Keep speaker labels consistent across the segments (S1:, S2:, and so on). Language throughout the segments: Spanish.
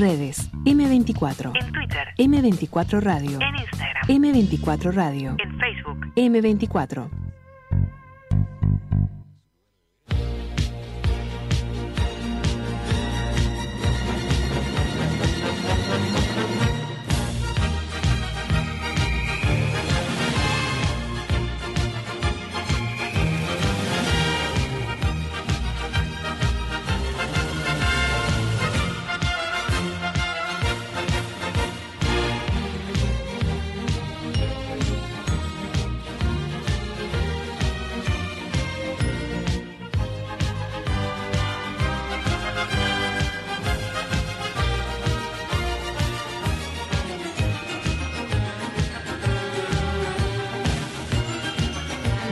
S1: Redes M24.
S2: En Twitter,
S1: M24 Radio.
S2: en Instagram,
S1: M24 Radio.
S2: en Facebook.
S1: M24.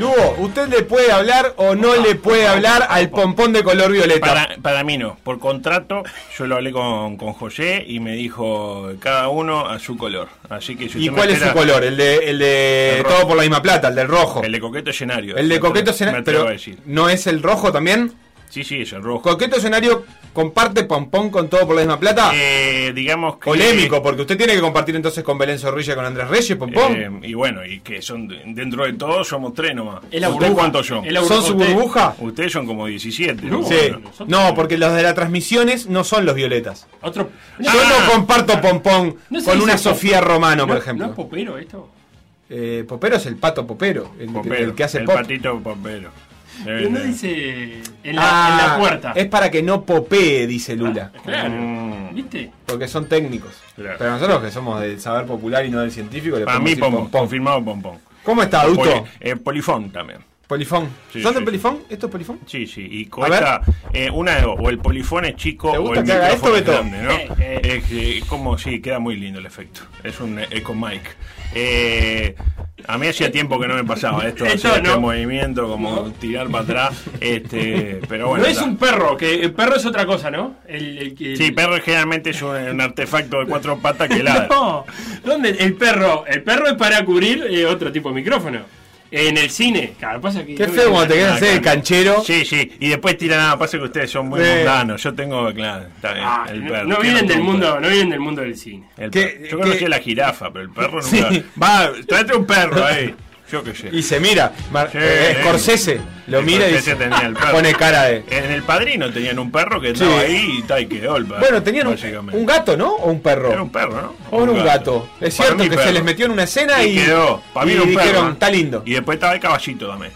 S3: Lugo, ¿usted le puede hablar o no le puede hablar al pompón de color violeta?
S4: Para, para mí no, por contrato yo lo hablé con, con José y me dijo cada uno a su color. Así que si
S3: ¿Y
S4: usted me
S3: cuál es su
S4: espera-
S3: color? El de, el de
S4: El rojo.
S3: todo por la misma plata, el del rojo.
S4: El de coqueto escenario.
S3: El de
S4: Me
S3: coqueto
S4: atrevo- Me
S3: escenario,
S4: atrevo
S3: pero
S4: a decir.
S3: ¿no es el rojo también?
S4: Sí, sí, es el rojo.
S3: Coqueto escenario comparte pompón con todo por la misma plata.
S4: Eh, digamos que.
S3: Polémico, porque usted tiene que compartir entonces con Belén Zorrilla, con Andrés Reyes, pompón.
S4: Eh, y bueno, y que son dentro de todos somos tres nomás.
S5: Es la
S4: ¿Usted
S5: burbuja.
S4: cuántos son?
S5: Es la
S3: ¿Son su
S5: usted-
S3: burbuja?
S4: Ustedes son como 17. ¿no?
S3: Ah. Sí.
S4: Bueno.
S5: nosotros-
S3: No, porque los de las transmisiones no son los violetas.
S5: Otro.
S3: Yo no comparto pompón
S5: No se
S3: con
S5: dice
S3: una
S5: pop-
S3: Sofía Romano, por
S5: ¿No-
S3: ejemplo.
S5: ¿No es popero esto?
S3: Eh, popero es el pato popero, el,
S4: Popero,
S3: el que hace
S4: el
S3: pop.
S4: patito popero.
S5: Pero no
S4: Eh,
S5: dice en la,
S3: Ah,
S5: en la puerta.
S3: Es para que no popee, dice Lula.
S5: Claro.
S4: mm,
S5: ¿Viste?
S3: Porque son técnicos.
S4: Ah, Claro.
S3: Pero nosotros que somos del saber popular y no del científico, le
S4: Para
S3: podemos
S4: mí,
S3: decir
S4: pompón.
S3: pompón.
S4: Confirmado pompón.
S3: ¿Cómo está, adulto?
S4: Poli- eh, polifón también.
S3: Polifón.
S4: Sí,
S3: ¿Son de
S4: sí,
S3: polifón? ¿Esto es polifón?
S4: Sí, sí, y
S3: A ver.
S4: cuesta eh, una de dos, o el polifón es chico
S3: ¿Te
S4: o
S3: gusta
S4: el
S3: que haga
S4: micrófono
S3: esto,
S4: es
S3: Beto?
S4: grande, ¿no?
S5: Eh,
S4: Es que- es como, sí, queda muy lindo el efecto. Es un eh, eco mic. Eh, a mí hacía tiempo que no me pasaba esto,
S5: Esto
S4: hacer este
S5: no.
S4: movimiento, como tirar para atrás, este, pero bueno.
S5: no es
S4: está.
S5: un perro, que el perro es otra cosa, ¿no? El, el que-
S4: Sí, perro generalmente es un, un artefacto de cuatro patas que ladra.
S5: No, ¿dónde? El perro, el perro es para cubrir eh, otro tipo de micrófono. En el cine, claro, pasa que.
S3: Qué feo cuando te quedas
S4: Ah,
S3: hacer el
S4: claro.
S3: canchero.
S4: Sí, sí, y después tiran, nada, pasa que ustedes son muy
S3: Sí.
S4: mundanos, yo tengo, claro, está bien,
S5: Ah,
S4: el
S5: no-
S4: perro.
S5: no
S4: que
S5: vienen del
S4: preocupa.
S5: mundo, no vienen del mundo del cine.
S4: El
S3: ¿Qué-
S4: perro. Yo
S3: qué-
S4: conocí a la jirafa, pero el perro
S3: Sí.
S4: nunca. Va, tráete un perro ahí. Yo qué sé.
S3: Y se mira. Mar-
S4: Sí,
S3: eh, Scorsese lo mira y
S4: Scorsese
S3: dice-
S4: tenía el perro. Eh,
S3: pone cara de.
S4: En el padrino tenían un perro que estaba
S3: Sí.
S4: ahí y tal, quedó el perro.
S3: Bueno, tenían un,
S4: básicamente.
S3: un gato, ¿no? O un perro.
S4: Era un perro, ¿no?
S3: O era un gato. Es
S4: Para
S3: cierto
S4: mí,
S3: que
S4: perro.
S3: se les metió en una escena
S4: Y
S3: y,
S4: quedó. Para mí
S3: y
S4: era un perro.
S3: dijeron,
S4: ¿no?
S3: está lindo.
S4: Y después estaba el caballito también.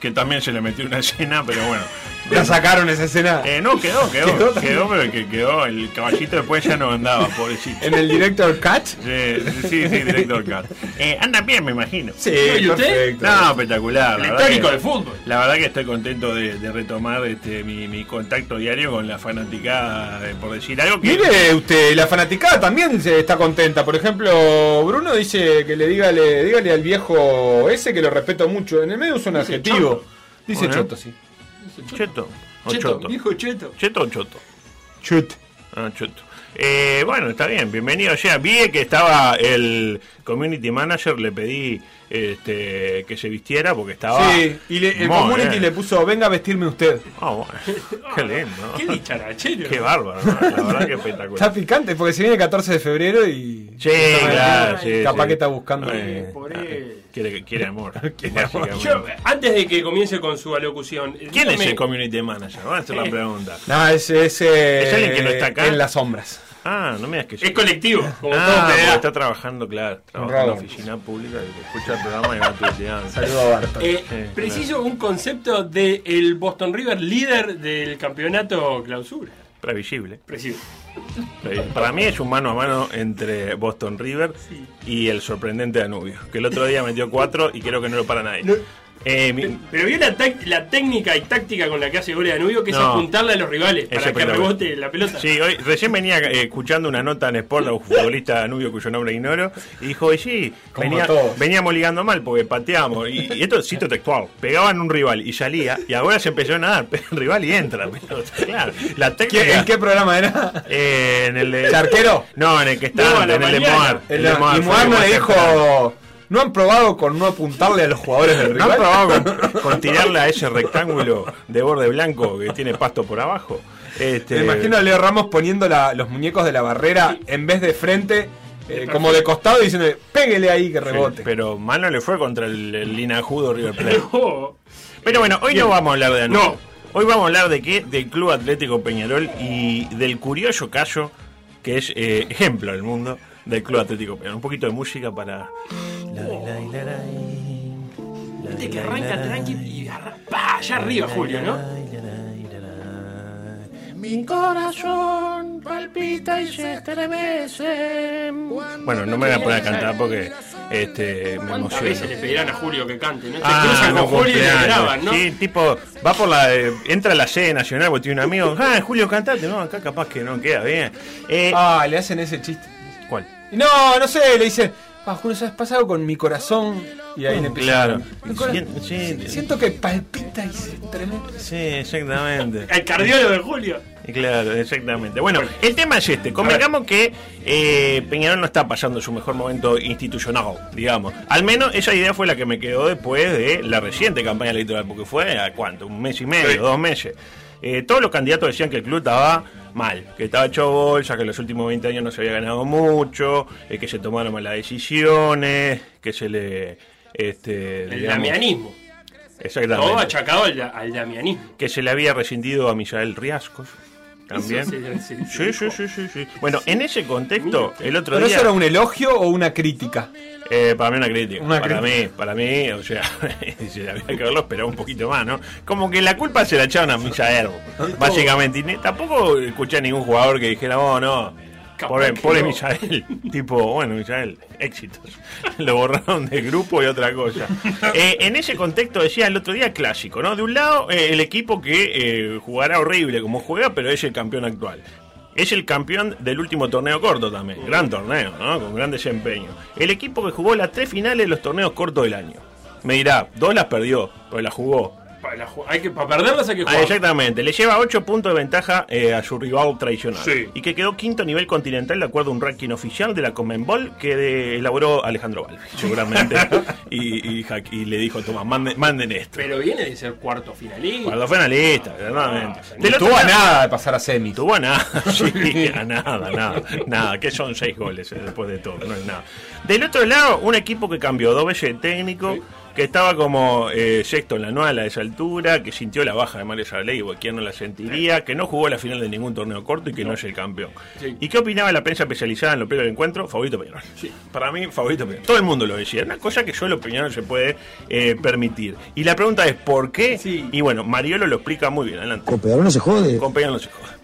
S4: Que también se le metió una escena, pero bueno.
S3: La sacaron esa escena
S4: Eh, no, quedó, quedó.
S3: Quedó
S4: Quedó,
S3: también.
S4: pero que quedó. El caballito después ya no andaba, pobrecito.
S3: en el director cut.
S4: Sí, sí, sí, director Cat. Eh, andan bien, me imagino.
S3: Sí,
S5: ¿Y usted?
S3: perfecto.
S4: No, espectacular.
S5: El
S4: la verdad
S5: histórico
S4: que-
S5: del fútbol.
S4: La verdad que estoy contento de, de retomar este, mi, mi contacto diario con la fanaticada, eh, por decir algo que...
S3: Mire usted, la fanaticada también se está contenta. Por ejemplo, Bruno dice que le dígale, dígale al viejo ese que lo respeto mucho. En el medio usa un adjetivo.
S5: choto.
S3: Dice
S4: Bueno.
S3: choto, sí.
S4: Cheto. o
S5: Cheto,
S4: choto.
S5: viejo cheto.
S4: Cheto o choto.
S3: Chut.
S4: Ah, choto. Eh, bueno, está bien, bienvenido. O sea, vi que estaba el community manager, le pedí este, que se vistiera porque estaba...
S3: Sí, y le- el
S4: Ah. Muy
S3: community
S4: bien.
S3: le puso, venga a vestirme usted.
S4: Ah, bueno. Qué lindo.
S5: Qué dicharachero.
S4: Qué bárbaro, ¿no? la verdad que espectacular.
S3: Está picante porque se viene el 14 de febrero y...
S4: Sí, claro, sí,
S3: Capaz
S4: sí.
S3: que está buscando...
S4: Eh,
S5: Pobre.
S4: Quiere, quiere amor.
S3: Quiere amor.
S4: básicamente.
S5: Yo, antes de que comience con su alocución,
S4: ¿Quién es
S5: dígame-
S4: el community manager? Vamos a hacer la
S5: Eh.
S4: pregunta.
S3: No, es, es, eh,
S4: ¿Es alguien que no está acá?
S3: en las sombras.
S4: Ah, no me digas que sí.
S5: Es colectivo, como
S4: Ah,
S5: todo
S4: porque
S5: PDA.
S4: está trabajando, claro. Trabaja en la
S3: Honrado.
S4: oficina pública y que escucha el programa y va tuiteando.
S3: Saludo a Barton.
S5: Eh,
S4: Sí,
S5: preciso un concepto del Boston River líder del campeonato clausura.
S4: Previsible.
S5: Preciso.
S4: Previ- Para mí es un mano a mano entre Boston River
S5: Sí.
S4: y el sorprendente Danubio, que el otro día metió cuatro y creo que no lo para nadie.
S5: No.
S4: Eh, mi-
S5: Pero vio la, tac- la técnica y táctica con la que hace gol de Danubio, que es
S4: No.
S5: apuntarle a los rivales
S4: Es
S5: para que
S4: espectacular.
S5: rebote la pelota.
S4: Sí, hoy recién venía eh, escuchando una nota en Sport de un futbolista danubio cuyo nombre ignoro y dijo, "Y sí,
S3: Como
S4: venía-
S3: todos.
S4: veníamos ligando mal porque pateamos y, y esto es cito textual, pegaban un rival y salía y ahora se empezó a nadar, pega el rival y entra. pero, claro, la
S3: ¿Qué-
S4: técnica
S3: ¿En qué programa era?
S4: eh, en el de-
S3: ¿Charquero?
S4: No, en el que
S5: No,
S4: está,
S5: a la
S4: en el de
S5: mañana.
S4: Moar.
S3: El,
S4: de Moar
S3: y
S4: fue
S3: Moano
S4: el
S3: le
S4: que más temprano.
S3: dijo, ¿no han probado con no apuntarle a los jugadores del
S4: ¿No han
S3: rival?
S4: probado con, con tirarla a ese rectángulo de borde blanco que tiene pasto por abajo? Este-
S3: Me imagino a Leo Ramos poniendo la- los muñecos de la barrera en vez de frente, eh, como de costado, diciendo, pégale ahí que rebote.
S4: Pero mal no le fue contra el, el linajudo River Plate.
S5: Pero-
S4: Pero bueno, hoy no vamos a hablar de Danubio.
S5: No.
S4: Hoy vamos a hablar de qué? Del Club Atlético Peñarol y del curioso caso que es eh, ejemplo del mundo del Club Atlético Peñarol. Un poquito de música para.
S5: Viste que arranca tranqui y arra- pa, allá arriba, Julio, ¿no?
S4: Mi corazón palpita y se estremece. Bueno, no me voy a poner a cantar porque este, me
S5: ¿Cuántas veces le
S4: emociona.
S5: pedirán a Julio que cante? ¿no? Se
S4: Ah,
S5: cruzan
S4: no,
S5: con Julio y le
S4: cumpleaños.
S5: graban, ¿no?
S4: Sí, tipo, va por la. eh, entra a la sede nacional porque tiene un amigo. Ah, Julio, cantate. No, acá capaz que no queda bien. Eh,
S3: Ah, le hacen ese chiste.
S4: ¿Cuál?
S3: Y No, no sé, le dice, ah, Julio, ¿sabes pasa algo con mi corazón? Y ahí le empieza.
S4: Claro.
S3: Mi cora-
S4: Sí, sí,
S3: Siento que palpita y se estremece.
S4: sí, exactamente.
S5: El cardiólogo de Julio.
S4: Eh, Claro, exactamente. Bueno, el tema es este. Convengamos que eh, Peñarol no está pasando su mejor momento institucional, digamos. Al menos esa idea fue la que me quedó después de la reciente campaña electoral, porque fue a cuánto, un mes y medio,
S5: Sí.
S4: dos meses. Eh, todos los candidatos decían que el club estaba mal, que estaba hecho bolsa, que en los últimos 20 años no se había ganado mucho, eh, que se tomaron malas decisiones, que se le... Este,
S5: El
S4: digamos-
S5: damianismo.
S4: Exactamente
S5: Todo achacado al, da- al damianismo.
S4: que se le había rescindido a Misael Riascos. También.
S5: Eso se- se- se
S4: Sí, sí,
S5: dijo.
S4: sí, sí, sí. Bueno, en ese contexto, el otro
S3: ¿Pero
S4: día.
S3: eso era un elogio o una crítica?
S4: eh, para mí una crítica.
S3: Una
S4: para
S3: crítica.
S4: mí, para mí, o sea, se le había que haberlo esperado un poquito más, ¿no? Como que la culpa se la echaron a Misael, básicamente. Y ni- tampoco escuché a ningún jugador que dijera, oh, no.
S5: Capaz
S4: Pobre,
S5: que
S4: pobre
S5: no.
S4: Misael. tipo, bueno, Misael, éxitos. Lo borraron del grupo y otra cosa. Eh, en ese contexto decía el otro día clásico, ¿no? De un lado, eh, el equipo que eh, jugará horrible como juega, pero es el campeón actual. Es el campeón del último torneo corto
S5: Mm.
S4: también. Gran torneo, ¿no? Con gran desempeño. El equipo que jugó las tres finales de los torneos cortos del año. Me dirá, dos las perdió, pero las jugó.
S5: Para, la ju- hay que, para perderlas hay que
S4: Ah,
S5: jugar.
S4: exactamente, le lleva 8 puntos de ventaja eh, a su rival tradicional.
S5: Sí.
S4: Y que quedó quinto a nivel continental de acuerdo a un ranking oficial de la Conmebol que de- elaboró Alejandro Valve, seguramente. y, y ja- y le dijo, toma, manden, manden esto.
S5: Pero viene de ser cuarto finalista.
S4: Cuando fue analista, realmente.
S3: Ah, No
S4: Del otro
S3: tuvo a
S4: lado-
S3: nada de pasar a semi.
S4: Tuvo a nada, ah, sí, a nada, nada, nada, que son seis goles eh, después de todo, no es nada. Del otro lado, un equipo que cambió dos veces de técnico, que estaba como eh, sexto en la anual a esa altura, que sintió la baja de Mario Sarley, porque quién no la sentiría, que no jugó la final de ningún torneo corto y que no, es el campeón.
S5: Sí.
S4: ¿Y qué opinaba la prensa especializada en los primeros del encuentro? Favorito Peñarol. Para mí, favorito Peñarol. Todo el mundo lo decía, una cosa que solo Peñarol se puede eh, permitir. Y la pregunta es, ¿por qué?
S5: Sí.
S4: Y bueno, Mariolo lo explica muy bien, adelante.
S2: Con Peñarol no se jode.
S4: Con Peñarol no se joda,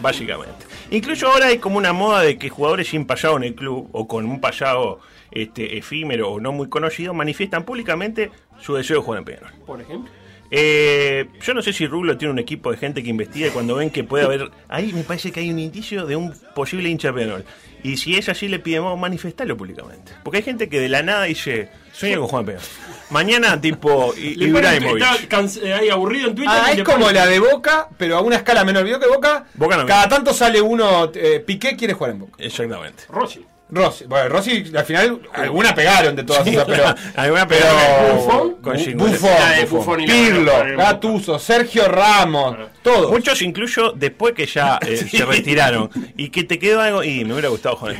S4: básicamente. Incluso ahora hay como una moda de que jugadores sin pasado en el club o con un pasado este, efímero o no muy conocido manifiestan públicamente su deseo de jugar en Peñarol.
S5: Por ejemplo.
S4: Eh, yo no sé si Rublo tiene un equipo de gente que investiga y cuando ven que puede haber. Ahí me parece que hay un indicio de un posible hincha de Peñarol. Y si es así, le pidemos manifestarlo públicamente. Porque hay gente que de la nada dice: Sueño con Juan Peñarol. Mañana, tipo, I-
S5: Le ponen-
S4: Ibrahimovic.
S5: está canse- eh, ahí aburrido en Twitter.
S3: Ah,
S5: y
S3: es
S5: le
S3: como
S5: ponen-
S3: la de Boca, pero a una escala menor. Vio que Boca,
S4: Boca no.
S3: cada tanto sale uno, eh, Piqué quiere jugar en Boca.
S4: Exactamente.
S5: Rossi.
S3: Rossi, bueno, Rossi al final alguna pegaron de todas esas, pero...
S4: Alguna
S3: pero-
S4: pegaron.
S5: Buffon.
S3: Bu-
S4: Con
S3: Buffon,
S4: Gingolesi.
S5: La de eh, Buffon y la-
S3: Pirlo,
S5: la de Boca.
S3: Gattuso, Sergio Ramos, todos.
S4: Muchos incluso después que ya eh, se retiraron. Y que te quedó algo. Y me hubiera gustado jugar.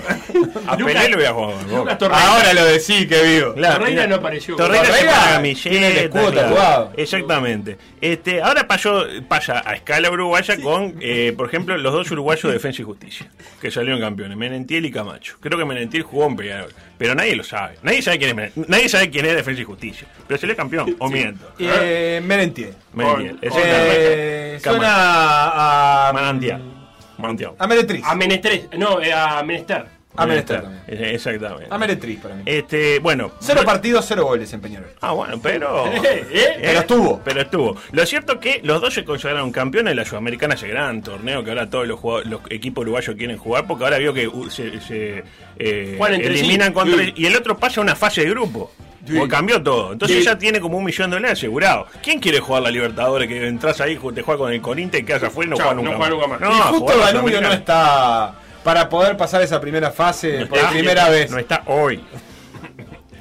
S4: A
S5: Lucas-
S4: Pelé lo voy a jugar.
S5: Lucas
S4: Boca. Ah,
S5: Torreira.
S3: Ahora lo decís que vivo.
S5: Torreira
S4: mira,
S5: no apareció.
S4: Torreira, se
S3: Torreira
S4: pone la camiseta,
S3: tiene el escudo
S4: claro.
S3: tatuado.
S4: Exactamente. Este, ahora pasó, pasa a escala uruguaya con, eh, por ejemplo, los dos uruguayos de Defensa y Justicia, que salieron campeones, Menentiel y Camacho. Creo que Menentiel jugó un peleador, pero nadie lo sabe. Nadie sabe quién es, Menen- nadie sabe quién es Defensa y Justicia. Pero salió campeón, o miento.
S3: Eh, Merentiel.
S4: Menentiel.
S5: Con-
S4: exactamente.
S3: Eh,
S4: Camacho.
S3: suena a, a,
S4: Manantial. Manantial.
S5: Ah,
S3: a Meretriz.
S5: A Menestrés. No, eh, a Menester.
S3: A Meretriz también.
S4: Eh, Exactamente.
S3: A Meretriz para mí.
S4: Este, bueno.
S3: Cero partidos, cero goles en Peñarol.
S4: Ah, bueno, pero.
S5: Eh, eh,
S3: pero estuvo.
S4: Pero estuvo. Lo cierto es que los dos se consagraron campeones de la Sudamericana, ese gran torneo que ahora todos los, jugado- los equipos uruguayos quieren jugar, porque ahora vio que uh, se, se, eh,
S5: Juegan entre sí.
S4: eliminan contra.
S5: Sí.
S4: Y el otro pasa a una fase de grupo.
S5: Sí.
S4: Porque cambió todo. Entonces
S5: Sí.
S4: ya tiene como un millón de dólares asegurado. ¿Quién quiere jugar la Libertadores? Que entras ahí, te juega con el Corinthians, quedas afuera y no
S5: Chao,
S4: juega nunca
S5: no juega
S4: más.
S5: nunca más.
S4: No,
S3: y
S4: jugar
S3: justo
S4: la
S3: Danubio no
S4: Sudamericana.
S3: está para poder pasar esa primera fase
S4: No
S3: por
S4: está-
S3: primera vez.
S4: No está hoy.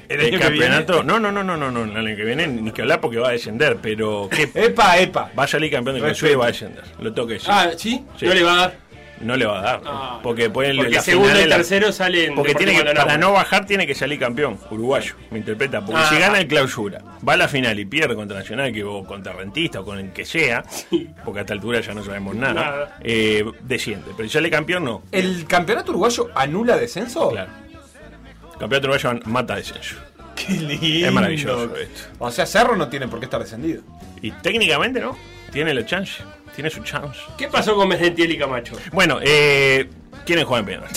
S5: El
S4: el
S5: año que
S4: campeonato. No, no, no, no, no, no. El año que viene ni que hablar porque va a descender, pero que
S3: Epa, epa.
S4: va a salir campeón del
S3: Respeto.
S4: Consuelo y va a descender. Lo tengo que decir.
S5: Ah, ¿sí?
S4: Sí.
S5: No le va a dar.
S4: no le va a dar.
S5: No.
S4: porque después en
S5: Porque
S4: la
S5: segundo
S4: final
S5: y
S4: de la-
S5: tercero salen.
S4: Porque tiene que,
S5: Deportivo Maldonado.
S4: para no bajar tiene que salir campeón, uruguayo, me interpreta. Porque
S5: Ah.
S4: si gana el clausura, va a la final y pierde contra Nacional, que, o contra Rentista, o con el que sea, porque a esta altura ya no sabemos nada,
S5: Nada.
S4: eh, desciende. Pero si sale campeón, no.
S3: ¿El campeonato uruguayo anula descenso?
S4: Claro. Campeonato uruguayo mata descenso.
S3: Qué lindo.
S4: Es maravilloso esto.
S3: O sea, Cerro no tiene por qué estar descendido.
S4: Y técnicamente, ¿no? Tiene la chance. Tiene su chance.
S5: ¿Qué pasó con Mesentiel y Camacho?
S4: Bueno, eh, ¿quiénes juegan Peñarol?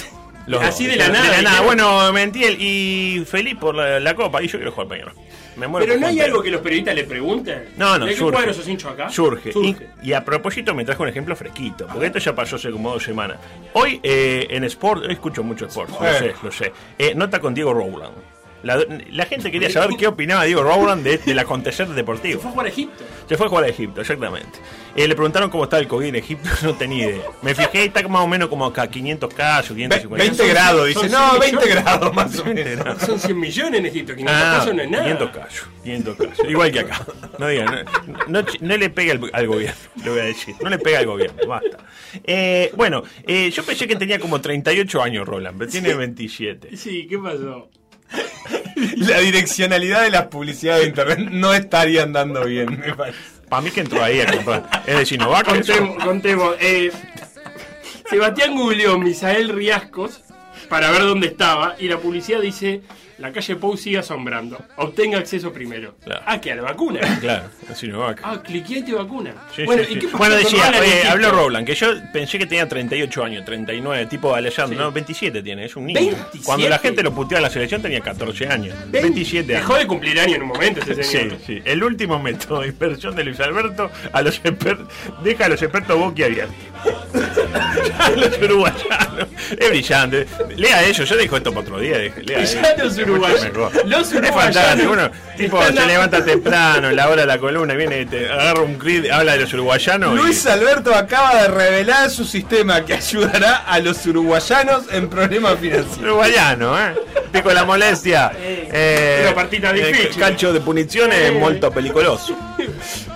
S4: Los
S5: Así
S4: dos.
S5: de la nada, ¿quién?
S4: Bueno, Mentiel y Feliz por la, la copa. Y yo quiero jugar Peñarol. Me muero
S5: Pero
S4: por
S5: no
S4: jugar
S5: hay
S4: Peñarol.
S5: algo que los periodistas le pregunten.
S4: pues No, no,
S5: ¿De qué
S4: surge.
S5: cuadro sos hincho acá?
S4: Surge. Y, y a propósito me trajo un ejemplo fresquito, porque esto ya pasó hace como dos semanas. Hoy eh, en Sport, hoy escucho mucho Sport, lo
S3: Eh.
S4: sé, lo sé. Eh, nota con Diego Rowland. La, la gente quería saber qué opinaba Diego Rowland de, del acontecer deportivo.
S5: Fue a jugar a Egipto.
S4: Se fue a jugar a Egipto, exactamente. Eh, le preguntaron cómo estaba el COVID en Egipto, no tenía idea. Me fijé y está más o menos como acá, 500K, o
S3: Ve-
S4: 550.
S3: 20 grados, dice.
S5: son
S3: No,
S5: cinco
S3: 20
S5: millones.
S3: grados más o menos.
S5: Son 100 millones en Egipto. 500
S4: Ah,
S5: casos no es nada.
S4: 500 callos, 500 callos. Igual que acá. No digan, no, no ch- no le pega al, al gobierno, lo voy a decir. No le pega al gobierno, basta. Eh, bueno, eh, yo pensé que tenía como 38 años Roland, pero tiene 27.
S5: Sí, ¿qué pasó?
S3: La direccionalidad de las publicidades de internet no estaría andando bien, me parece.
S4: Para mí que entró ahí a comprar. Es decir, no va con eso.
S5: Contemos, contemos. Eh, Sebastián googleó Misael Riascos para ver dónde estaba y la publicidad dice: La calle Pou sigue asombrando. Obtenga acceso primero.
S4: Claro.
S5: Ah, que a la vacuna.
S4: Claro, así no va.
S5: Ah, cliquea y te vacuna.
S4: Sí,
S5: bueno,
S4: sí,
S5: ¿y
S4: sí.
S5: qué pasó
S4: Bueno,
S5: con
S4: decía,
S5: Roland
S4: eh,
S5: Egipto?
S4: habló Roland, que yo pensé que tenía 38 años, 39, tipo Alejandro, no, 27 tiene, es un niño.
S5: 27.
S4: Cuando la gente lo puteaba en la selección tenía 14 años, 27 años.
S5: Dejó de cumplir año en un momento ese
S4: Sí,
S5: señor.
S4: sí. El último método de inversión de Luis Alberto a los exper- deja a los expertos boquiabiertos. a los uruguayanos. Es brillante. Lea eso, yo dejo esto para otro día. deje- Lea
S5: Ya
S4: ello.
S5: los
S4: Es
S5: uruguayos-
S4: mucho mejor.
S5: los
S4: Es
S5: uruguayanos
S4: fantástico. Uno, tipo,
S5: están
S4: se
S5: a-
S4: levanta temprano, en la hora de la columna, viene, te agarra un crit, habla de los uruguayanos. y-
S3: Luis Alberto acaba de revelar su sistema que ayudará a los uruguayanos en problemas financieros.
S4: Uruguayano, ¿eh? Pico la molestia. Eh,
S5: una partita difícil.
S4: El calcio de puniciones es
S5: Eh.
S4: molto pericoloso.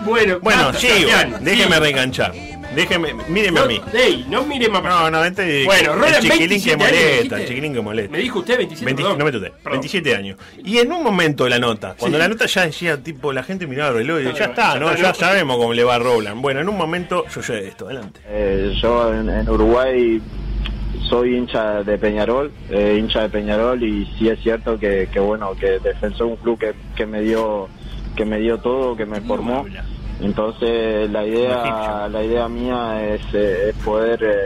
S5: Bueno,
S4: Bueno,
S5: basta,
S4: sigo.
S5: Sebastián,
S4: Déjeme
S5: sí.
S4: reenganchar. Déjeme, míreme a mí.
S5: No, ey, no mire más.
S4: No, no, este
S5: Bueno,
S4: el
S5: Roland,
S4: chiquilín que
S5: 27 años,
S4: molesta,
S5: dijiste.
S4: el chiquilín que molesta.
S5: Me dijo usted 27.
S4: 20
S5: perdón.
S4: no me tutees,
S5: Perdón.
S4: 27 años. Y en un momento de la nota, cuando
S5: Sí.
S4: la nota ya decía, tipo, la gente miraba el reloj y decía, ya
S5: Claro,
S4: está,
S5: ya
S4: ¿no?
S5: está,
S4: Ya
S5: ¿no?
S4: sabemos cómo le va a Roland. Bueno, en un momento sucede esto, adelante.
S2: Eh, yo en, en Uruguay soy hincha de Peñarol, eh, hincha de Peñarol y sí es cierto que, que bueno, que Defensor es un club que, que me dio que me dio todo, que me formó. Entonces la idea la idea mía es, eh, es poder eh,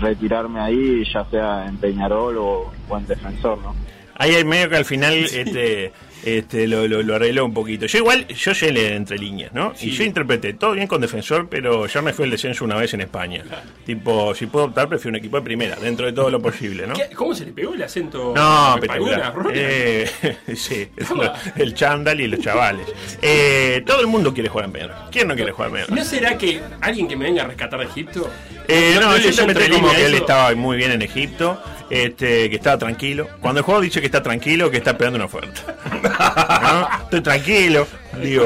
S2: retirarme ahí, ya sea en Peñarol o, o en Defensor, ¿no?
S4: Ahí hay medio que al final este, este, lo, lo- lo arregló un poquito. Yo igual, yo sé leer entre líneas, ¿no? Y yo interpreté todo bien con defensor, pero ya me fue el descenso una vez en España. Tipo, si puedo optar, prefiero un equipo de primera, dentro de todo lo posible, ¿no?
S5: ¿Qué- ¿Cómo se le pegó el acento?
S4: No,
S5: de Paguna,
S4: espectacular.
S5: Roland?
S4: Eh, sí, es lo- el chándal y los chavales. Eh, todo el mundo quiere jugar en Pedro. ¿Quién no quiere jugar en Pedro?
S5: ¿No será que alguien que me venga a rescatar de Egipto?
S4: Eh, no,
S5: le
S4: yo
S5: hizo
S4: interpreté
S5: entre
S4: como
S5: líneas
S4: que él
S5: eso?
S4: estaba muy bien en Egipto, este, que estaba tranquilo. Cuando el juego dice que está tranquilo, que está esperando una oferta. ¿No? Estoy tranquilo, digo,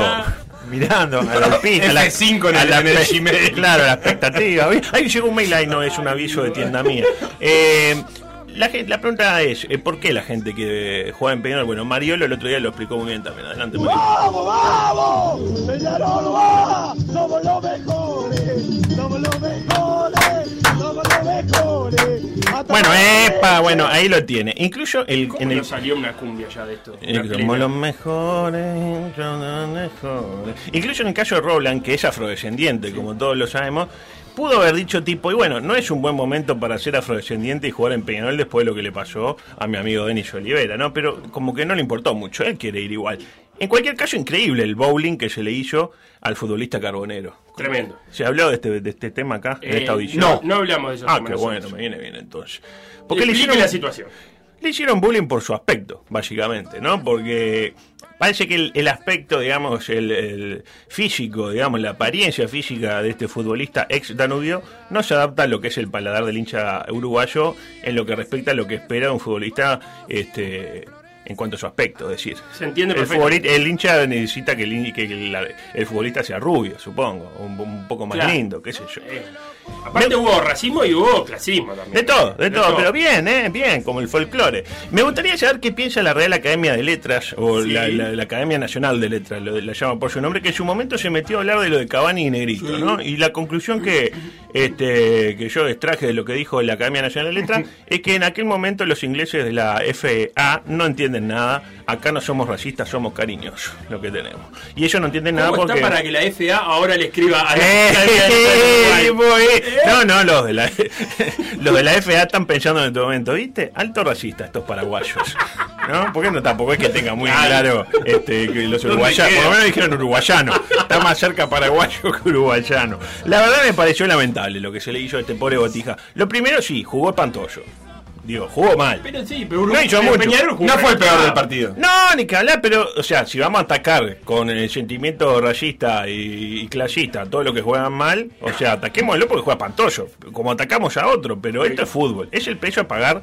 S4: mirando a la pista, a la,
S3: F5 Ah. en
S4: a
S3: el-
S4: la
S3: en el Gmail.
S4: Claro, a la expectativa. Ahí llegó un mail, ahí no es un aviso de tienda mía. Eh, la, gen- la pregunta es, eh, ¿por qué la gente que juega en Peñarol? Bueno, Mariolo el otro día lo explicó muy bien también. Adelante, Mariolo.
S6: ¡Vamos, vamos! ¡Peñarol va! ¡Somos los mejores! ¡Somos los mejores! ¡Somos los mejores! Hasta
S4: Bueno,
S6: la
S4: epa, bueno, ahí lo tiene. Incluso el,
S5: ¿Cómo
S4: en el
S5: no salió una cumbia ya de esto?
S4: Eh,
S5: Una
S4: Somos
S5: plena.
S4: los mejores, son los mejores. Incluso en el caso de Roland, que es afrodescendiente, como todos lo sabemos, pudo haber dicho tipo, y bueno, no es un buen momento para ser afrodescendiente y jugar en Peñarol después de lo que le pasó a mi amigo Denis Olivera, ¿no? Pero como que no le importó mucho, él quiere ir igual. En cualquier caso, increíble el bowling que se le hizo al futbolista carbonero.
S5: Tremendo.
S4: ¿Se habló de este, de este tema acá, de
S5: Eh,
S4: esta audición?
S5: No, no hablamos de eso.
S4: Ah,
S5: hermano,
S4: qué bueno,
S5: nosotros.
S4: me viene bien entonces. Porque le
S5: Explique
S4: hicieron
S5: la situación.
S4: le hicieron bullying por su aspecto, básicamente, ¿no? Porque parece que el, el aspecto, digamos, el, el físico, digamos, la apariencia física de este futbolista ex Danubio no se adapta a lo que es el paladar del hincha uruguayo en lo que respecta a lo que espera de un futbolista este en cuanto a su aspecto, es decir.
S5: Se entiende
S4: el,
S5: perfecto.
S4: futbolista- el hincha necesita que el, hin- que el- la- el futbolista sea rubio, supongo, un, un poco más
S5: Claro.
S4: lindo, qué sé yo.
S5: Eh, aparte hubo racismo y hubo clasismo también.
S4: De todo, de, todo, pero bien, ¿eh? Bien, como el folclore. Me gustaría saber qué piensa la Real Academia de Letras o
S5: Sí.
S4: la, la- la Academia Nacional de Letras, lo- la llama por su nombre, que en su momento se metió a hablar de lo de Cavani y Negrito, ¿no? Y la conclusión que, este, que yo extraje de lo que dijo la Academia Nacional de Letras es que en aquel momento los ingleses de la FA no entienden nada, acá no somos racistas, somos cariñosos, lo que tenemos. Y ellos no entienden nada
S5: ¿Cómo está
S4: porque...
S5: para que la FA ahora le escriba a la
S4: Eh, voy. No, no, los de, la, los de la FA están pensando en este momento, ¿viste? Alto racista estos paraguayos. ¿No? Porque no tampoco es que tenga muy claro este, que los
S5: ¿Dónde
S4: uruguayanos. Por
S5: queda?
S4: lo menos dijeron uruguayano. Está más cerca paraguayo que uruguayano. La verdad me pareció lamentable lo que se le hizo a este pobre botija. Lo primero sí, jugó espantoso. Digo, jugó mal.
S5: Pero sí, pero
S4: No hizo
S5: pero
S4: mucho.
S5: Peñarol jugó
S3: No fue el peor del
S5: mal.
S3: partido.
S4: No, ni que hablar, pero, o sea, si vamos a atacar con el sentimiento racista y, y clasista a todo lo que juegan mal, o sea, ataquémoslo porque juega pantoyo, como atacamos a otro, pero esto es fútbol, es el precio a pagar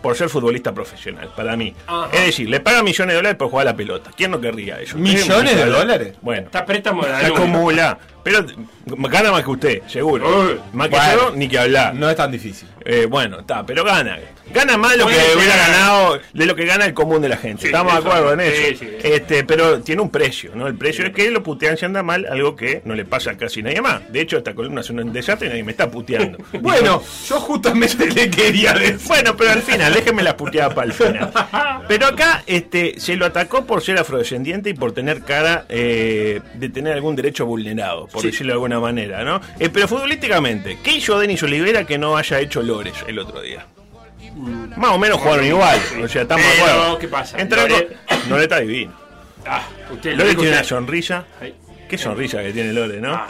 S4: por ser futbolista profesional, para mí.
S5: Ajá.
S4: Es decir, le pagan millones de dólares por jugar a la pelota. ¿Quién no querría eso?
S3: ¿Millones de dólares?
S4: Bueno.
S5: Está préstamo de la
S4: Se
S5: Danubio.
S4: acumula, pero gana más que usted, seguro.
S5: Eh,
S4: más que
S3: bueno.
S4: yo, ni que hablar.
S3: No es tan difícil.
S4: Eh, bueno, está, pero gana. Gana más lo que
S5: Puede ser.
S4: hubiera ganado de lo que gana el común de la gente.
S5: Sí,
S4: Estamos de
S5: eso,
S4: acuerdo en
S5: sí,
S4: eso.
S5: sí.
S4: Este, pero tiene un precio, ¿no? El precio es que lo putean si anda mal, algo que no le pasa a casi nadie más. De hecho, esta columna es un desastre y nadie me está puteando.
S3: Bueno, yo justamente le quería decir.
S4: Bueno, pero al final, déjenme las puteadas para el final. Pero acá este, se lo atacó por ser afrodescendiente y por tener cara eh, de tener algún derecho vulnerado, por decirlo de alguna manera, ¿no? Eh, pero futbolísticamente, ¿qué hizo Denis Olivera que no haya hecho Lores el otro día? Más o menos jugaron igual, o sea, estamos de
S5: Mm. Pero,
S4: acuerdo.
S5: ¿qué pasa?
S4: Entró con-
S5: Lore-
S4: Lore está divino.
S5: Ah, usted
S4: Lore
S5: dijo
S4: tiene una
S5: usted.
S4: sonrisa.
S5: Ay. Ah.
S4: Qué sonrisa que tiene Lore, ¿no?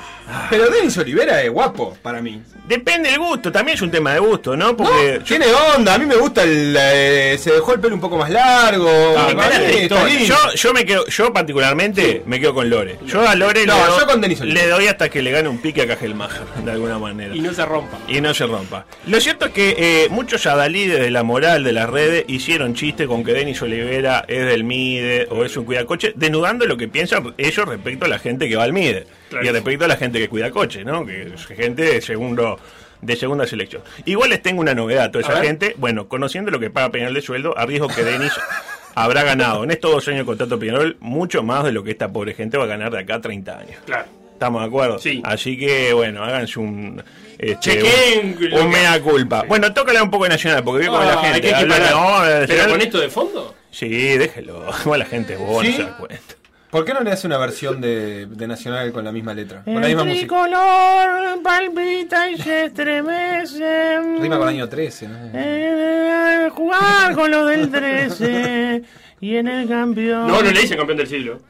S3: Pero Denis Olivera es guapo para mí.
S4: Depende del gusto, también es un tema de gusto, ¿no? Porque
S3: No, tiene onda, a mí me gusta el. eh, se dejó el pelo un poco más largo.
S4: Ah,
S3: para
S4: pará,
S3: mí
S4: de
S3: está
S4: todo.
S3: lindo.
S4: yo, yo me quedo, yo particularmente me quedo con Lore. Yo a Lore
S3: No,
S4: le, doy,
S3: yo con Denis Oliva.
S4: le doy hasta que le gane un pique a Cajelmacher, de alguna manera.
S5: Y no se rompa.
S4: Y no se rompa. Lo cierto es que eh, muchos adalides de la moral de las redes hicieron chiste con que Denis Olivera es del MIDE o es un cuidacoche, denudando lo que piensan ellos respecto a la gente que va al MIDE
S5: Claro.
S4: y respecto a la gente que cuida coche, ¿no? Que es gente de segundo de segunda selección. Igual les tengo una novedad a toda
S5: A
S4: esa
S5: ver.
S4: gente. Bueno, conociendo lo que paga Peñarol de sueldo, arriesgo que Denis habrá ganado en estos dos años de contrato Peñarol mucho más de lo que esta pobre gente va a ganar de acá a 30 años.
S5: Claro.
S4: Estamos de acuerdo.
S5: Sí.
S4: Así que, bueno, háganse un. Este,
S5: Chequen
S4: un,
S5: lo
S4: un
S5: que-
S4: mea culpa. Bueno, tócala un poco de nacional, porque veo como
S5: Ah,
S4: la gente.
S5: hay que
S4: habla-
S5: equiparar.
S4: no, habla de
S5: pero
S4: Nacional.
S5: con esto de fondo.
S4: Sí, déjelo. Igual la gente es boba,
S3: ¿Sí?
S4: no se da cuenta.
S3: ¿Por qué no le hace una versión de, de Nacional con la misma letra? Con
S4: Eh,
S3: la misma música.
S4: tricolor palpita y se estremece.
S3: Rima con año 13, ¿no?
S4: Eh, jugar con los del 13 y en el campeón.
S5: No, no le dicen campeón del siglo.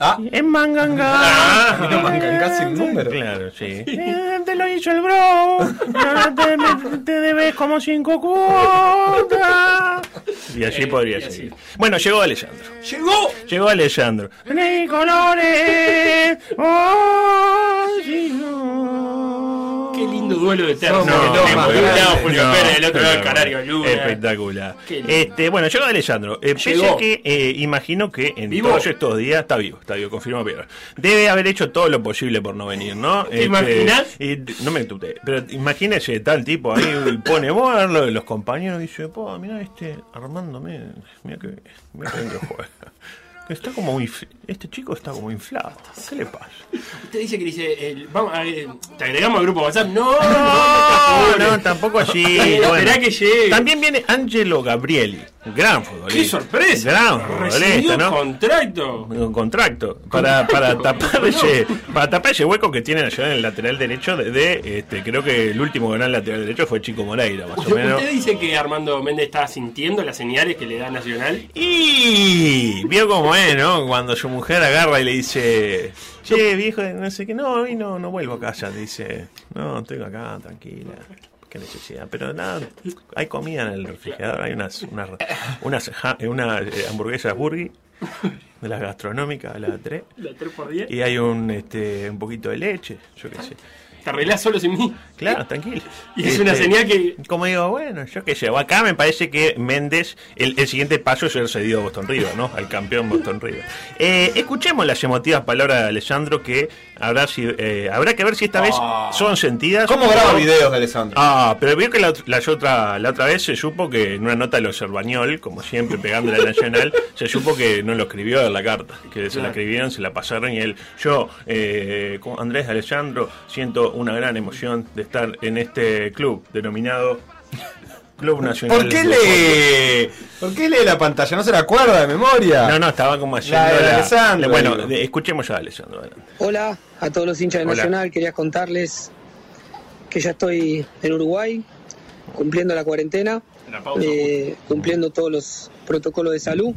S3: Ah,
S4: En Manganga.
S3: y no mancan casi el número.
S4: Ah, Claro, sí. Eh, te lo hizo el bro. Ahora te, debes como cinco cuotas. Y así
S5: Eh,
S4: podría
S5: y así.
S4: seguir. Bueno, llegó Alejandro.
S3: ¡Llegó!
S4: Llegó Alejandro. Ni colores. oh, sí, no.
S5: Qué lindo duelo de terno.
S3: Somos los
S5: hemos
S3: más
S5: hablado
S3: grandes.
S5: Julio
S4: No, eh,
S5: Pérez, el otro lado
S4: espectacular.
S5: Canario Luna.
S4: Espectacular.
S5: Qué lindo.
S4: Este, bueno, llegó Alejandro. Eh, pese
S5: Llegó.
S4: a que eh, imagino que en
S5: ¿Vivo?
S4: todos estos días está vivo, está vivo, confirma Piedra. Debe haber hecho todo lo posible por no venir, ¿no? Este,
S5: ¿Te imaginas?
S4: y- no me tute, pero imagínese tal tipo ahí pone vos a lo de los compañeros y dice, po, mira este Armando, mira que, mirá que bien que juega. Que Está como inf- este chico está como inflado. ¿Qué le pasa?
S5: Usted dice que dice. el- vamos a- eh, te agregamos al grupo WhatsApp. No,
S4: No, no,
S5: no,
S4: tampoco así.
S5: Esperá que llegue.
S4: También viene Angelo Gabrieli, gran futbolista.
S5: ¡Qué sorpresa!
S4: Gran
S5: Recibió
S4: futbolista, ¿no?
S5: contrato.
S4: Un contrato para, para tapar ese para tapar ese hueco que tiene Nacional en el lateral derecho de, de, este creo que el último gran lateral derecho fue Chico Moreira más o menos
S5: ¿Usted dice que Armando Méndez está sintiendo las señales que le da Nacional?
S4: y vio cómo es no cuando su mujer agarra y le dice che viejo no sé qué no a mí no no vuelvo a casa dice no estoy acá tranquila qué necesidad pero nada hay comida en el refrigerador hay unas unas unas, ja- eh, unas, eh, hamburguesas burger de las gastronómicas de las tres
S5: La 3 por 10.
S4: Y hay un este un poquito de leche, yo qué sé.
S5: Te arreglás solo sin mí.
S4: Claro, tranquilo. Este,
S5: Y es una señal que-
S4: Como digo, bueno, yo qué sé. o Acá me parece que Méndez, el, el siguiente paso es ser cedido a Boston River, ¿no? Al campeón Boston River. Eh, escuchemos las emotivas palabras de Alessandro que habrá, si, eh, habrá que ver si esta vez
S5: Ah.
S4: son sentidas.
S3: ¿Cómo
S4: o-
S3: graba videos de Alessandro?
S4: Ah, pero vio que la, ot- la otra, la otra vez se supo que en una nota de los Cervañol, como siempre pegando la Nacional, se supo que no lo escribió en la carta, que se la escribieron, se la pasaron y él, yo, eh, como Andrés Alessandro, siento una gran emoción de estar en este club denominado Club Nacional.
S3: ¿Por qué
S4: de Fútbol".
S3: lee? ¿Por qué lee la pantalla? ¿No se la acuerda de memoria?
S4: No, no, estaba como haciendo
S3: La de
S4: la-
S3: Alessandro,
S4: Bueno,
S3: digo.
S4: de- escuchemos a Alessandro. adelante.
S7: Hola a todos los hinchas de
S4: Hola.
S7: Nacional. Quería contarles que ya estoy en Uruguay cumpliendo la cuarentena,
S5: La pausa,
S7: eh, cumpliendo todos los protocolos de salud.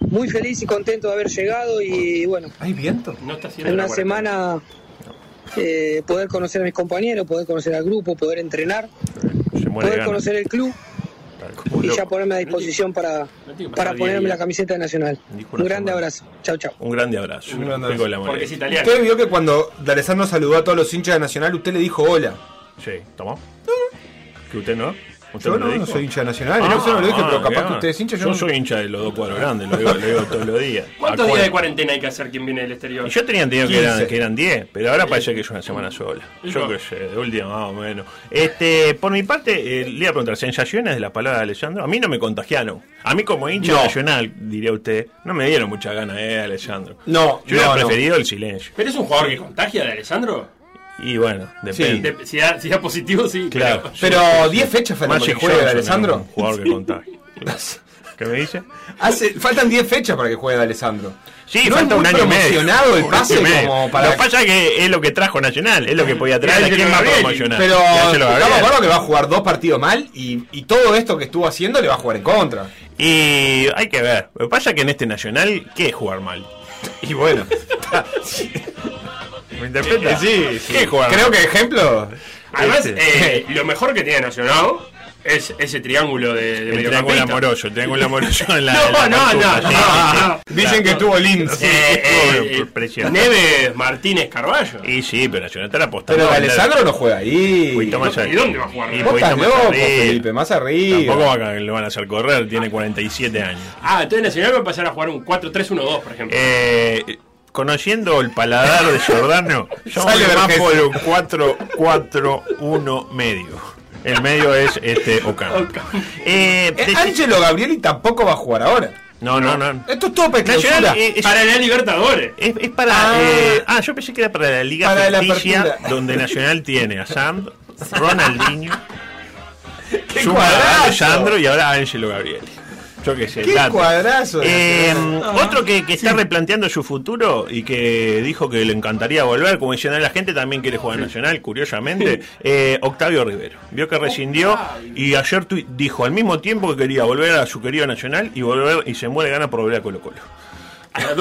S7: Muy feliz y contento de haber llegado y bueno,
S3: ¿Hay viento?
S5: No está haciendo
S7: en una
S5: la cuarentena.
S7: semana eh, poder conocer a mis compañeros, poder conocer al grupo, poder entrenar,
S4: Se muere
S7: poder
S4: de ganas.
S7: conocer el club
S4: Tal como
S7: y
S4: loco.
S7: ya ponerme a disposición para,
S5: no tiene que pasar
S7: para
S5: día a
S7: ponerme
S5: día.
S7: la camiseta de Nacional.
S4: Dijo una
S7: Un grande
S4: semana.
S7: abrazo. Chao, chao.
S4: Un grande abrazo.
S3: Un grande abrazo.
S4: Pico la
S5: Porque es
S4: molestia.
S5: italiano.
S3: Usted vio que cuando D'Alessandro saludó a todos los hinchas de Nacional, usted le dijo hola.
S4: Sí, ¿tomó? ¿Que usted no? ¿Usted
S3: Yo no,
S4: lo
S3: no
S4: dijo?
S3: soy hincha de Nacional.
S4: Ah,
S3: no, yo no lo dije,
S4: ah,
S3: pero capaz
S4: mirá.
S3: que usted es hincha. Yo,
S4: Yo soy hincha de los dos cuadros grandes, lo digo, lo digo todos los días.
S5: ¿Cuántos
S4: ¿A
S5: días de
S4: cuál?
S5: cuarentena hay que hacer quien viene del exterior?
S4: Y yo tenía entendido que eran,
S3: 15.
S4: que eran 10, pero ahora parece que es una semana sola. Yo
S5: Hijo.
S4: qué sé, de última más o menos. Este, por mi parte, eh, le iba a preguntar, ¿sensaciones de la palabra de Alessandro? A mí no me contagiaron. A mí como hincha nacional, diría usted, no me dieron mucha ganas, eh, Alessandro.
S3: No,
S4: Yo hubiera
S3: no, no.
S4: preferido el silencio.
S5: ¿Pero es un jugador que contagia de Alessandro?
S4: Y bueno, depende.
S5: De- si, da, si da positivo, sí.
S4: Claro.
S5: pero-
S3: Pero 10 fechas para que
S4: Magic
S3: juegue
S4: Johnson era
S3: D'Alessandro.
S4: Un jugador que contagia. ¿Qué me dice?
S3: Hace, faltan 10 fechas para que juegue D'Alessandro.
S4: Sí,
S3: ¿No
S4: falta
S3: es
S4: un
S3: muy
S4: año y medio.
S3: promocionado el
S4: Un año
S3: pase
S4: y medio.
S3: como para
S4: Lo que pasa es que es lo que trajo Nacional, es lo que podía traer.
S5: Y
S4: ¿A
S5: ahí
S4: quién
S5: se
S4: va a
S5: lo Gabriel,
S4: promocionar?
S3: Pero
S4: Ya se lo
S3: estamos
S4: Gabriel.
S3: claro que va a jugar dos partidos mal y, y todo esto que estuvo haciendo le va a jugar en contra.
S4: Y hay que ver. Lo que pasa es que en este Nacional, ¿qué es jugar mal?
S3: Y bueno,
S4: ¿Me interpreta? Sí, ¿Qué es jugar
S3: creo
S4: mal?
S3: que ejemplo.
S5: Además,
S4: Este.
S5: eh, lo mejor que tiene Nacional es ese triángulo de, de
S4: El triángulo
S5: mediocampista.
S4: amoroso, el triángulo amoroso en la.
S5: No,
S4: en la
S5: no,
S4: consulta,
S5: no,
S4: sí,
S5: no,
S4: sí, sí.
S5: no.
S3: Dicen que estuvo lindo.
S5: Eh, eh,
S4: Pobre,
S5: eh,
S4: impresionante.
S5: Neves Martínez Carballo.
S4: Y sí, pero Nacional está apostando.
S3: Pero
S4: a vender-
S3: Alessandro no juega ahí.
S4: Poquito más allá.
S5: ¿Y dónde va a jugar?
S4: Y
S3: Vos
S4: poquito
S3: estás
S4: más
S3: loco,
S4: arriba.
S3: Felipe, más arriba.
S4: pues,
S3: Eh,
S4: Tampoco va a- lo van a hacer correr, tiene 47 años.
S5: Ah, entonces Nacional va a pasar a jugar un 4-3-1-2, por ejemplo.
S4: Eh, conociendo el paladar de Giordano, yo voy
S3: Sale
S4: más
S3: Vergés.
S4: por un 4-4-1 medio. El medio es este Ocampo. Eh,
S3: Eh,
S4: decí-
S3: Ángelo Gabrieli tampoco va a jugar ahora.
S4: no, no, no.
S3: Esto es todo para clausura.
S4: Nacional eh, es,
S5: Para la Libertadores.
S4: es- es para.
S3: Ah.
S4: eh, ah, yo pensé que era para la Liga
S3: Para la
S4: Ficticia,
S3: apertura.
S4: donde Nacional tiene a Sam, Ronaldinho,
S3: ¡Qué
S4: suma a
S3: cuadrazo!
S4: Alessandro y ahora a Ángelo Gabrieli. Yo qué sé,
S3: ¡Qué
S4: dato.
S3: cuadrazo!
S4: Eh, otro que, que está replanteando su futuro y que dijo que le encantaría volver, como diciendo la gente también quiere jugar nacional, curiosamente, eh, Octavio Rivero. Vio que rescindió y ayer tu- dijo al mismo tiempo que quería volver a su querido nacional y volver y se muere ganas por volver a Colo Colo.
S3: Está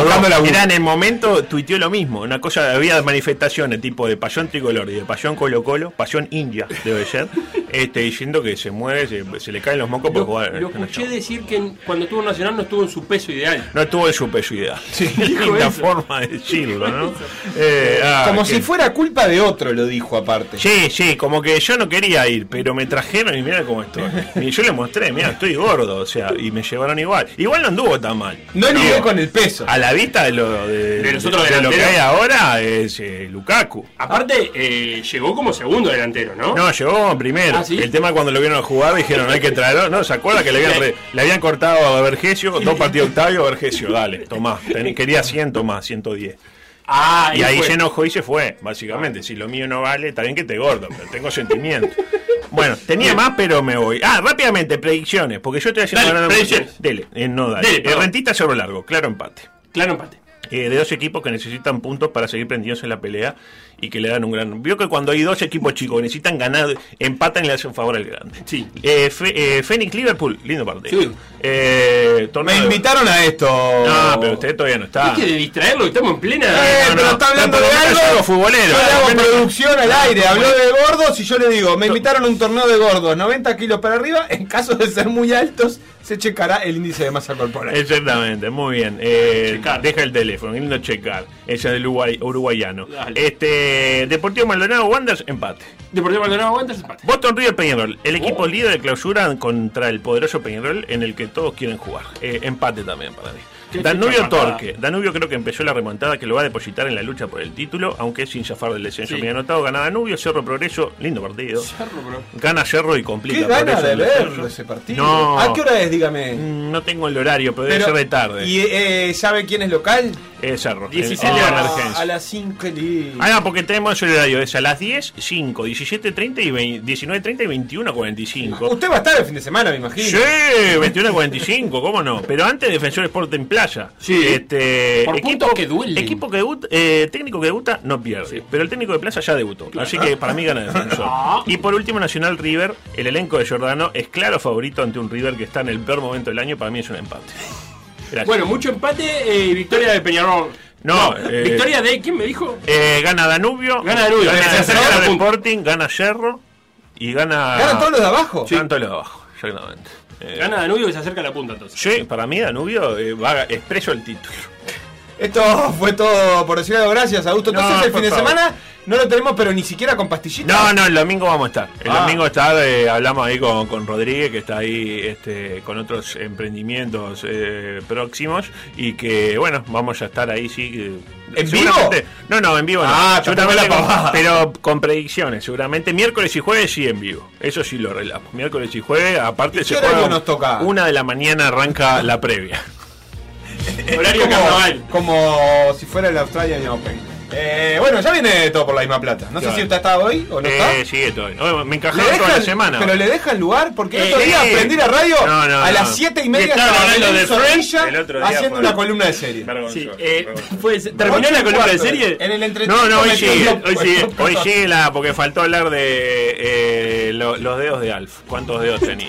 S3: buscando la
S4: Era en el momento, tuiteó lo mismo, una cosa, había manifestaciones tipo de pasión tricolor y de pasión Colo Colo, pasión india debe ser, este, diciendo que se muere, se, se le caen los mocos por
S5: Lo,
S4: jugar.
S5: lo
S4: en Nacional.
S5: escuché decir que en- cuando estuvo en Nacional no estuvo en su peso ideal.
S4: No estuvo en su peso ideal. Linda
S5: eso.
S4: forma de decirlo, ¿no? Eh, ah,
S3: Como
S4: que-
S3: si fuera culpa de otro, lo dijo aparte.
S4: Sí, sí, como que yo no quería ir, pero me trajeron y mira cómo estoy. Y yo le mostré, mira, estoy gordo, o sea, y me llevaron igual. Igual no anduvo tan mal.
S3: No
S4: Digo,
S3: lidió con el peso.
S4: A la vista de lo, de,
S5: De los otros
S4: de lo que
S5: delanteros.
S4: hay ahora es eh, Lukaku.
S5: Aparte, eh, llegó como segundo delantero, ¿no?
S4: No, llegó primero.
S5: Ah, ¿sí?
S4: El tema cuando lo vieron jugar dijeron, no hay que traerlo. No, ¿se acuerda que le habían, re- le habían cortado a Vergesio? Dos partidos Octavio, Vergesio, dale, tomá. Ten- quería 100, tomá, 110.
S5: Ah,
S4: Y ahí
S5: fue.
S4: se enojó y se fue, básicamente. Si lo mío no vale, está bien que te gordo, pero tengo sentimiento. Bueno, tenía más, pero me voy. Ah, rápidamente, predicciones, porque yo estoy haciendo...
S5: Dale,
S4: ahora-
S5: predicciones.
S4: Dele, eh, no dale.
S5: Dele,
S4: Eh,
S5: perdón.
S4: rentista sobre largo, claro empate.
S5: Claro empate.
S4: Eh, de dos equipos que necesitan puntos para seguir prendidos en la pelea y que le dan un gran... Vio que cuando hay dos equipos chicos que necesitan ganar, empatan y le hacen favor al grande.
S5: Sí.
S4: Eh, Fe- eh, Fénix Liverpool, lindo partido.
S5: Sí.
S4: Eh,
S3: Me
S4: torneo de-
S3: invitaron a esto.
S4: No, pero usted todavía no está.
S5: Es que de distraerlo, estamos en plena.
S3: Eh,
S4: no,
S3: pero
S4: no.
S3: está hablando
S4: No,
S3: de
S4: Ah. pero no
S3: algo.
S4: es algo futbolero.
S3: Yo le
S4: Ah,
S3: hago
S4: bueno.
S3: producción al aire. Habló de gordos y yo le digo: Me invitaron a un torneo de gordos, 90 kilos para arriba. En caso de ser muy altos, se checará el índice de masa corporal.
S4: Exactamente, muy bien. Eh, deja el teléfono. teléfono, queriendo checar. Ella del Uruguay, uruguayano.
S5: Dale.
S4: Este, Deportivo Maldonado Wanderers, empate.
S5: Deportivo Maldonado aguanta el empate.
S4: Boston River Peñarol, el equipo
S3: Oh.
S4: líder de clausura contra el poderoso Peñarol en el que todos quieren jugar. Eh, empate también para mí.
S5: Qué
S4: Danubio
S5: fecha marcada.
S4: Torque. Danubio creo que empezó la remontada que lo va a depositar en la lucha por el título, aunque sin zafar del descenso.
S5: Sí.
S4: Me ha anotado, gana Danubio, Cerro Progreso, lindo partido.
S5: Cerro, bro.
S4: Gana Cerro y complica.
S3: Qué ganas
S4: Progreso
S3: de
S4: el descenso.
S3: verlo ese partido.
S4: No.
S3: ¿A qué hora es, dígame?
S4: Mm, No tengo el horario, pero, debe ser de tarde.
S3: ¿Y eh, sabe quién es local? Ah,
S4: Eh, Cerro.
S5: 16
S4: Eh,
S5: de
S4: eh,
S5: la
S4: emergencia.
S3: A las 5 lindo.
S4: Ah, no, porque tenemos el horario es a las 10, 5, 17, 30 y 20 19, 30 y 21, 45.
S3: Usted va a estar el fin de semana, me imagino.
S4: Sí, 21 a 45, ¿cómo no? Pero antes Defensor Sport en Playa.
S5: Sí.
S4: Este,
S5: Por puntos que duelen.
S4: Equipo que debuta, eh, técnico que debuta no pierde. Pero el técnico de Playa ya debutó. Así que para mí gana Defensor.
S5: Ah.
S4: Y por último, Nacional River. El elenco de Giordano es claro favorito ante un River que está en el peor momento del año. Para mí es un empate. Gracias.
S5: Bueno, mucho empate eh, y victoria de Peñarol.
S4: No, eh,
S5: victoria de. ¿Quién me dijo?
S4: Eh, gana Danubio.
S5: Gana Danubio.
S4: Gana,
S5: Se acerca
S4: Cerro
S5: la punta.
S4: Sporting, gana Cerro. Y gana.
S3: ¿Ganan todos los de abajo?
S4: Ganan todos los de abajo, exactamente. Eh,
S5: Gana Danubio que se acerca a la punta entonces.
S4: Sí, para mí Danubio eh, va a- expreso el título.
S3: Esto fue todo por decir algo. Gracias, Augusto.
S4: No,
S3: Entonces el
S4: por
S3: fin de
S4: favor.
S3: semana no lo tenemos, pero ni siquiera con pastillita.
S4: No, no, el domingo vamos a estar. El
S3: Ah.
S4: domingo está, eh, hablamos ahí con, con Rodríguez, que está ahí este, con otros emprendimientos eh, próximos. Y que, bueno, vamos a estar ahí, sí. eh,
S3: ¿En
S4: seguramente-
S3: vivo?
S4: No, no, en vivo no.
S3: Ah, tampoco
S4: Seguramente
S3: la
S4: con-
S3: pavada.
S4: Pero con predicciones, seguramente. Miércoles y jueves sí en vivo. Eso sí lo arreglamos. Miércoles y jueves, aparte
S3: ¿Y
S4: se
S3: qué horario
S4: juega-
S3: nos toca?
S4: Una de la mañana arranca la previa.
S5: Horario
S3: como,
S5: carnaval.
S3: como si fuera el Australian Open. Eh, bueno, ya viene todo por la misma plata. No sé
S4: Claro.
S3: si usted está hoy o no
S4: Eh,
S3: está.
S4: sigue todo. Oh, Me
S3: Le
S4: encajaron toda la
S3: dejan,
S4: semana.
S3: pero le dejan lugar porque el otro
S4: Eh,
S3: día
S4: eh.
S3: aprendí la radio
S4: No, no,
S3: a
S4: no.
S3: las 7 y media
S4: Estaba
S3: estaba
S4: hablando
S3: Belén
S4: de Friends,
S3: Zorrilla
S4: el otro día
S3: haciendo
S4: fue-
S3: una columna de serie.
S5: Sí,
S4: Vergonzoso,
S5: eh,
S4: vergonzoso.
S5: fue- ¿Terminó la columna de serie?
S3: En el entretenimiento.
S4: No, no, hoy
S3: metió
S4: sigue,
S3: los-
S4: hoy sigue,
S3: los-
S4: hoy sigue la, porque faltó hablar de eh, lo- los dedos de Alf. ¿Cuántos dedos tenía?